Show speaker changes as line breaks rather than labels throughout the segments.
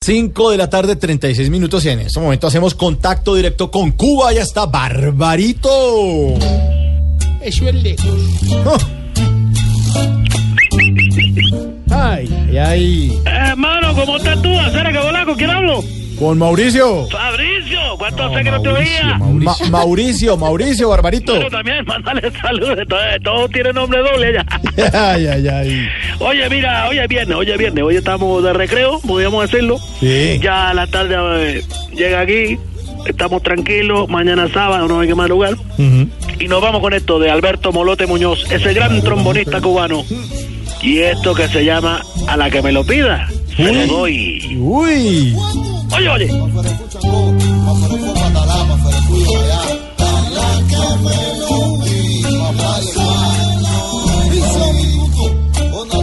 5 de la tarde, 36 minutos y en este momento hacemos contacto directo con Cuba. Ya está Barbarito. ¡Oh!
Eso es lejos.
Ah. Ay, ay, ay.
Hermano, ¿cómo estás tú? ¿Sara que volá? ¿Con quién hablo?
Con Mauricio.
Fabricio, ¿cuánto hace que no te oía?
Ma- Mauricio, Mauricio, Barbarito.
Pero también mandale saludos, todo, todo tiene nombre doble ya.
Ay, ay, ay.
Oye, mira, hoy es viernes, hoy es viernes, hoy estamos de recreo, podríamos decirlo.
Sí.
Ya a la tarde eh, llega aquí, estamos tranquilos, mañana sábado no hay que madrugar.
Ujú.
Y nos vamos con esto de Alberto Molote Muñoz, ese gran trombonista cubano. Y esto que se llama A la que me lo pida, se lo doy.
Uy.
Oye, oye.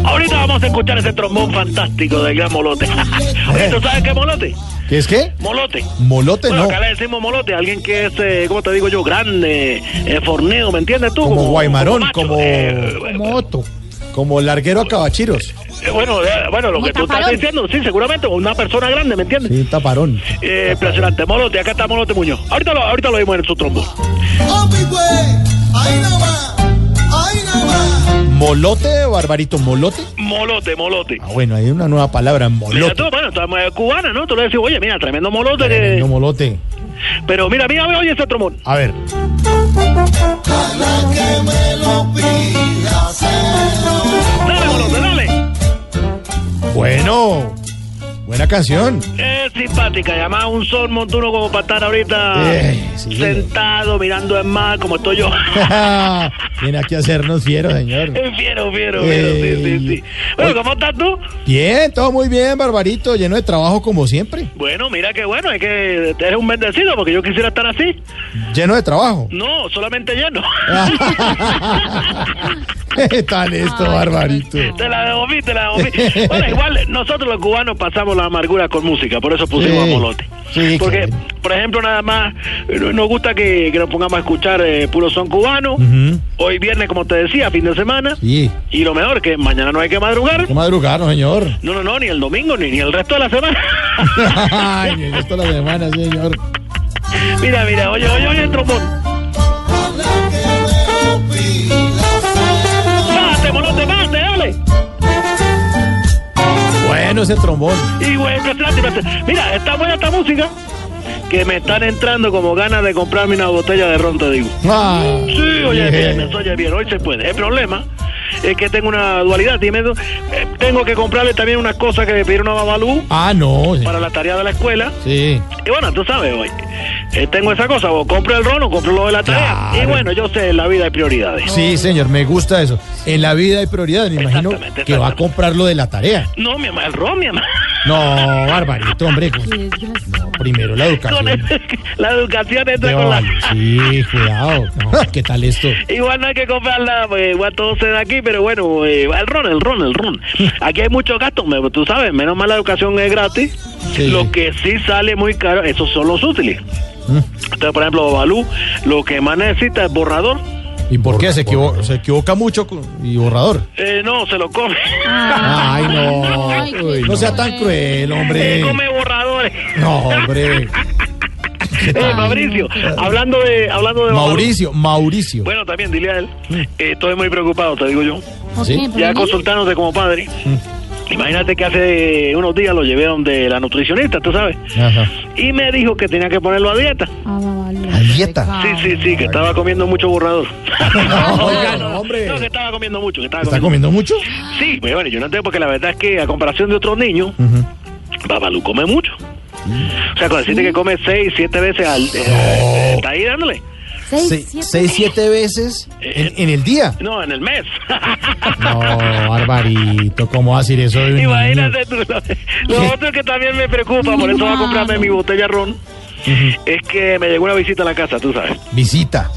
Ahorita vamos a escuchar ese trombón fantástico del gran Molote. Oye, ¿Tú sabes qué es Molote?
¿Qué es qué?
Molote.
Molote, Este
Bueno,
no.
acá le decimos molote, alguien que es, eh, ¿cómo te digo yo? Grande, eh, fornido, ¿me entiendes tú?
Como guaymarón,
macho,
como-
Como Otto.
Como larguero a cabachiros.
eh, bueno, eh, bueno, lo
Como
que tú estás
taparón.
diciendo, sí, seguramente, una persona grande, ¿me entiendes?
Sí, taparón.
Eh, impresionante, molote, acá está molote Muñoz. Ahorita lo, ahorita lo vimos en su trombo.
Papi, güey, ahí no va, ahí no va.
Molote, Barbarito, molote.
Molote, molote.
Ah, bueno, hay una nueva palabra,
Mira
molote.
tú, bueno, tú eres cubana, ¿no? Tú le decís, oye, mira, tremendo molote. que-
No, molote.
Pero mira, mira, mira, oye ese trombón.
A ver.
A la que me lo pida, se lo-
Dale, molote, dale.
Bueno. Buena canción.
Es simpática, y además un sol montuno como para estar ahorita
Eh, sí.
sentado mirando el mar como estoy yo.
Viene aquí a hacernos fiero, señor.
Fiero, fiero, fiero,
Eh,
sí, sí, sí. Bueno, ¿cómo estás tú?
Bien, todo muy bien, Barbarito, lleno de trabajo como siempre.
Bueno, mira qué bueno, es que eres un bendecido porque yo quisiera estar así.
Lleno de trabajo.
No, solamente lleno.
¿Qué tal esto, Barbarito?
Te la devolví, te la devolví. Bueno, igual nosotros los cubanos pasamos la amargura con música, por eso pusimos
Sí,
a Molote.
sí,
Porque,
claro.
por ejemplo, nada más eh, nos gusta que, que nos pongamos a escuchar eh, puro son cubano.
Ujú.
Hoy viernes, como te decía, fin de semana.
Sí,
Y lo mejor, que mañana no hay que madrugar.
qué madrugaron, señor.
No, no, no, ni el domingo, ni, ni el resto de la semana.
Ay, ni el resto de la semana, señor.
mira, mira, oye, oye, oye el trombón.
A la que me lo pida, se lo-
Mate, molote, mate, dale.
Bueno, ese trombón.
Y güey, impresionante, impresionante. Mira, está buena esta música. Que me están entrando como ganas de comprarme una botella de ron, te digo.
Ah,
Sí, oye,
bien.
bien, oye, bien, hoy se puede. El problema es que tengo una dualidad. Dime, tú, eh, tengo que comprarle también unas cosas que me pidieron a Babalú
Ah, no. sí.
para la tarea de la escuela.
Sí.
Y bueno, tú sabes, hoy eh, tengo esa cosa, o compro el ron o compro lo de la tarea.
Claro.
Y bueno, yo sé, en la vida hay prioridades.
Sí, señor, me gusta eso. En la vida hay prioridades, me imagino
Exactamente,
que va a
exactamente.
comprar lo de la tarea.
No, mi mamá, el ron, mi mamá.
No, Barbarito, hombre. No, primero la
Con
educación.
el- la educación entra
Te
con la...
vale. Sí, cuidado. No, ¿Qué tal esto?
Igual no hay que comprarla, pues, igual todo se da aquí, pero bueno, eh, el ron, el ron, el ron. Aquí hay muchos gastos, me- tú sabes, menos mal la educación es gratis.
Sí.
Lo que sí sale muy caro, esos son los útiles.
Mm.
Entonces, por ejemplo, Babalú, lo que más necesita es borrador.
¿Y por qué? Se, equivo- se equivoca mucho con- y borrador.
Eh, no, se lo come.
Ah. Ay, no.
Ay, qué
Uy, no sea tan cruel,
Se
hombre.
come borradores.
No, hombre. ¿Qué
Eh,
tal?
Mauricio, hablando de, hablando de Babalú.
pues. Mauricio, Mauricio.
Bueno, también dile a él. eh, estoy muy preocupado, te digo yo.
¿Por
¿Sí?
qué? ¿Por
Ya
el niño?
consultándote como padre.
Mm.
Imagínate que hace unos días lo llevé donde la nutricionista, tú sabes.
Ajá.
Y me dijo que tenía que ponerlo a dieta.
Ah, va, vale.
¿A dieta?
Pecado.
Sí, sí, sí, que estaba comiendo mucho borrador.
No, oiga, no, hombre.
No, que estaba comiendo mucho, que estaba
¿Está
comiendo.
comiendo mucho?
Sí, pero bueno, yo no entiendo porque la verdad es que a comparación de otros niños, Babalu come mucho.
Mm.
O sea, con decirte que come seis, siete veces al... eh, eh, ¿Está ahí dándole?
Seis,
Se-
siete.
seis, siete veces en, en el día.
No, en el mes.
No, Barbarito, ¿cómo va a decir eso de un niño?
Imagínate tú. Lo, lo otro que también me preocupa, por eso voy a comprarme mi botella ron, es que me llegó una visita a la casa, tú sabes.
Visita.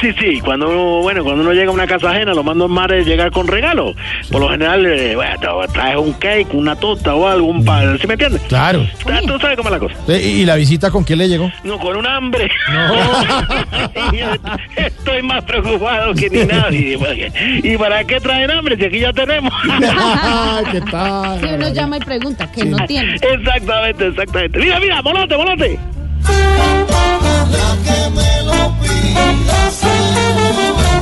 Sí, sí, cuando uno, bueno, cuando uno llega a una casa ajena, lo más normal es llegar con regalo. Por lo general, eh, bueno, te traes un cake, una torta o algo, un pan, ¿sí me entiendes?
Claro.
Ya Tú sabes cómo es la cosa.
¿Y y la visita con quién le llegó?
No, con un hambre. Estoy más preocupado que ni nadie. ¿Y para qué traen hambre si aquí ya tenemos?
¿Qué
Si uno
tal?
llama y pregunta, ¿qué no tiene?
exactamente, exactamente. Mira, mira, molote, molote.
La que me lo pida se lo doy.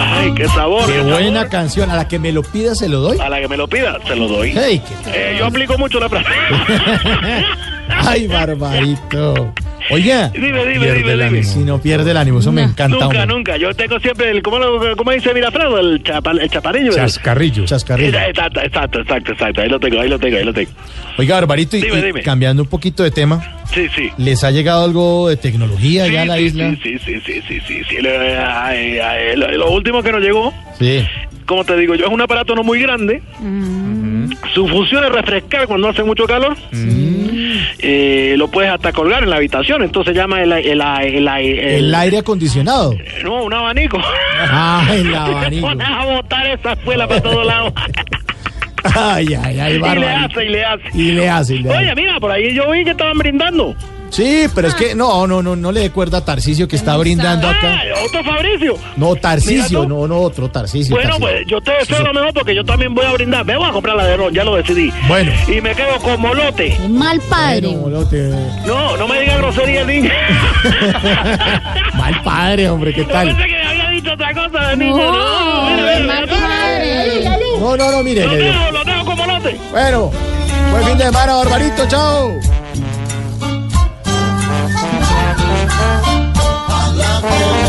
Ay, qué sabor.
Qué
qué
buena
sabor.
canción. A la que me lo pida se lo doy.
A la que me lo pida, se lo doy.
Hey, qué-
Eh, yo aplico mucho la frase.
Ay, barbarito. Oye,
Dime, dime,
pierde
dime,
el
dime.
ánimo. Si no pierde el ánimo, eso me
No.
encanta.
nunca,
hombre.
nunca. Yo tengo siempre el, ¿cómo, lo- cómo dice Mirafrado? El, chapa- el chaparrillo.
Chascarrillo.
Chascarrillo.
Exacto, exacto, exacto, exacto. Ahí lo tengo, ahí lo tengo, ahí lo tengo.
Oiga, barbarito, y,
Dime,
y
dime.
cambiando un poquito de tema,
Sí, sí.
¿les ha llegado algo de tecnología
Sí,
ya a la
sí,
isla?
Sí, sí, sí, sí, sí, sí. Lo, ay, ay, lo- lo último que nos llegó,
Sí.
como te digo yo, es un aparato no muy grande. Su función es refrescar cuando hace mucho calor. Eh, lo puedes hasta colgar en la habitación, entonces llama el... el, el, el-
El aire acondicionado.
No, un abanico.
Ah, el abanico.
Pones a botar esa espuela para todos lados.
Ay, ay, ay,
y le
barbarito.
hace, y le hace.
Y le hace, y le hace.
Oye, mira, por ahí yo vi que estaban brindando.
Sí, pero es que no, no, no, no le recuerda a Tarcicio que está
No
brindando
sabe.
acá.
Ah, otro Fabricio.
No, Tarcicio,
Mira tú.
no, no, otro Tarcicio.
Bueno,
Tarcicio.
pues yo te deseo lo mejor porque yo también voy a brindar. Me voy a comprar la de ron, ya lo decidí.
Bueno.
Y me quedo con molote.
Qué mal padre.
Bueno, molote.
No, no me digas grosería, niño.
Mal padre, hombre, ¿qué
Yo pensé
tal?
que había dicho otra cosa de niño. No, mira,
No,
mira,
mal
mira.
padre.
No, no, no, mire.
Lo
le digo.
dejo, lo dejo con molote.
Bueno, buen fin de semana, barbarito, chao.
A la que me